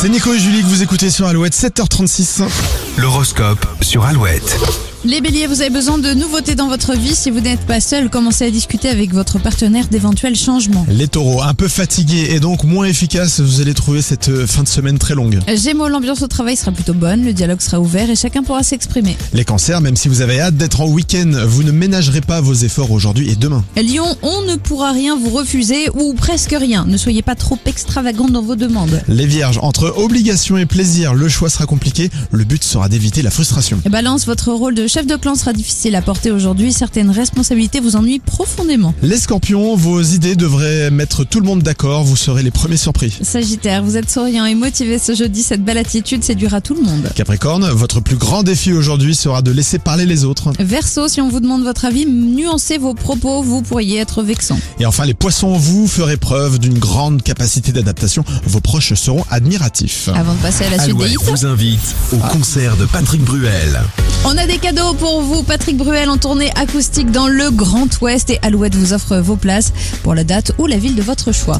C'est Nico et Julie que vous écoutez sur Alouette, 7h36. L'horoscope sur Alouette. Les béliers, vous avez besoin de nouveautés dans votre vie. Si vous n'êtes pas seul, commencez à discuter avec votre partenaire d'éventuels changements. Les taureaux, un peu fatigués et donc moins efficaces, vous allez trouver cette euh, fin de semaine très longue. Gémeaux, l'ambiance au travail sera plutôt bonne, le dialogue sera ouvert et chacun pourra s'exprimer. Les cancers, même si vous avez hâte d'être en week-end, vous ne ménagerez pas vos efforts aujourd'hui et demain. Lyon, on ne pourra rien vous refuser ou presque rien. Ne soyez pas trop extravagant dans vos demandes. Les vierges, entre obligation et plaisir, le choix sera compliqué, le but sera d'éviter la frustration. Balance, votre rôle de chef de clan sera difficile à porter aujourd'hui. Certaines responsabilités vous ennuient profondément. Les scorpions, vos idées devraient mettre tout le monde d'accord, vous serez les premiers surpris. Sagittaire, vous êtes souriant et motivé ce jeudi. Cette belle attitude séduira tout le monde. Capricorne, votre plus grand défi aujourd'hui sera de laisser parler les autres. Verseau, si on vous demande votre avis, nuancez vos propos, vous pourriez être vexant. Et enfin, les poissons, vous ferez preuve d'une grande capacité d'adaptation, vos proches seront admiratifs. Avant de passer à la suite des Alouette hits, vous invite au concert de Patrick Bruel. On a des cadeaux pour vous. Patrick Bruel en tournée acoustique dans le Grand Ouest et Alouette vous offre vos places pour la date ou la ville de votre choix.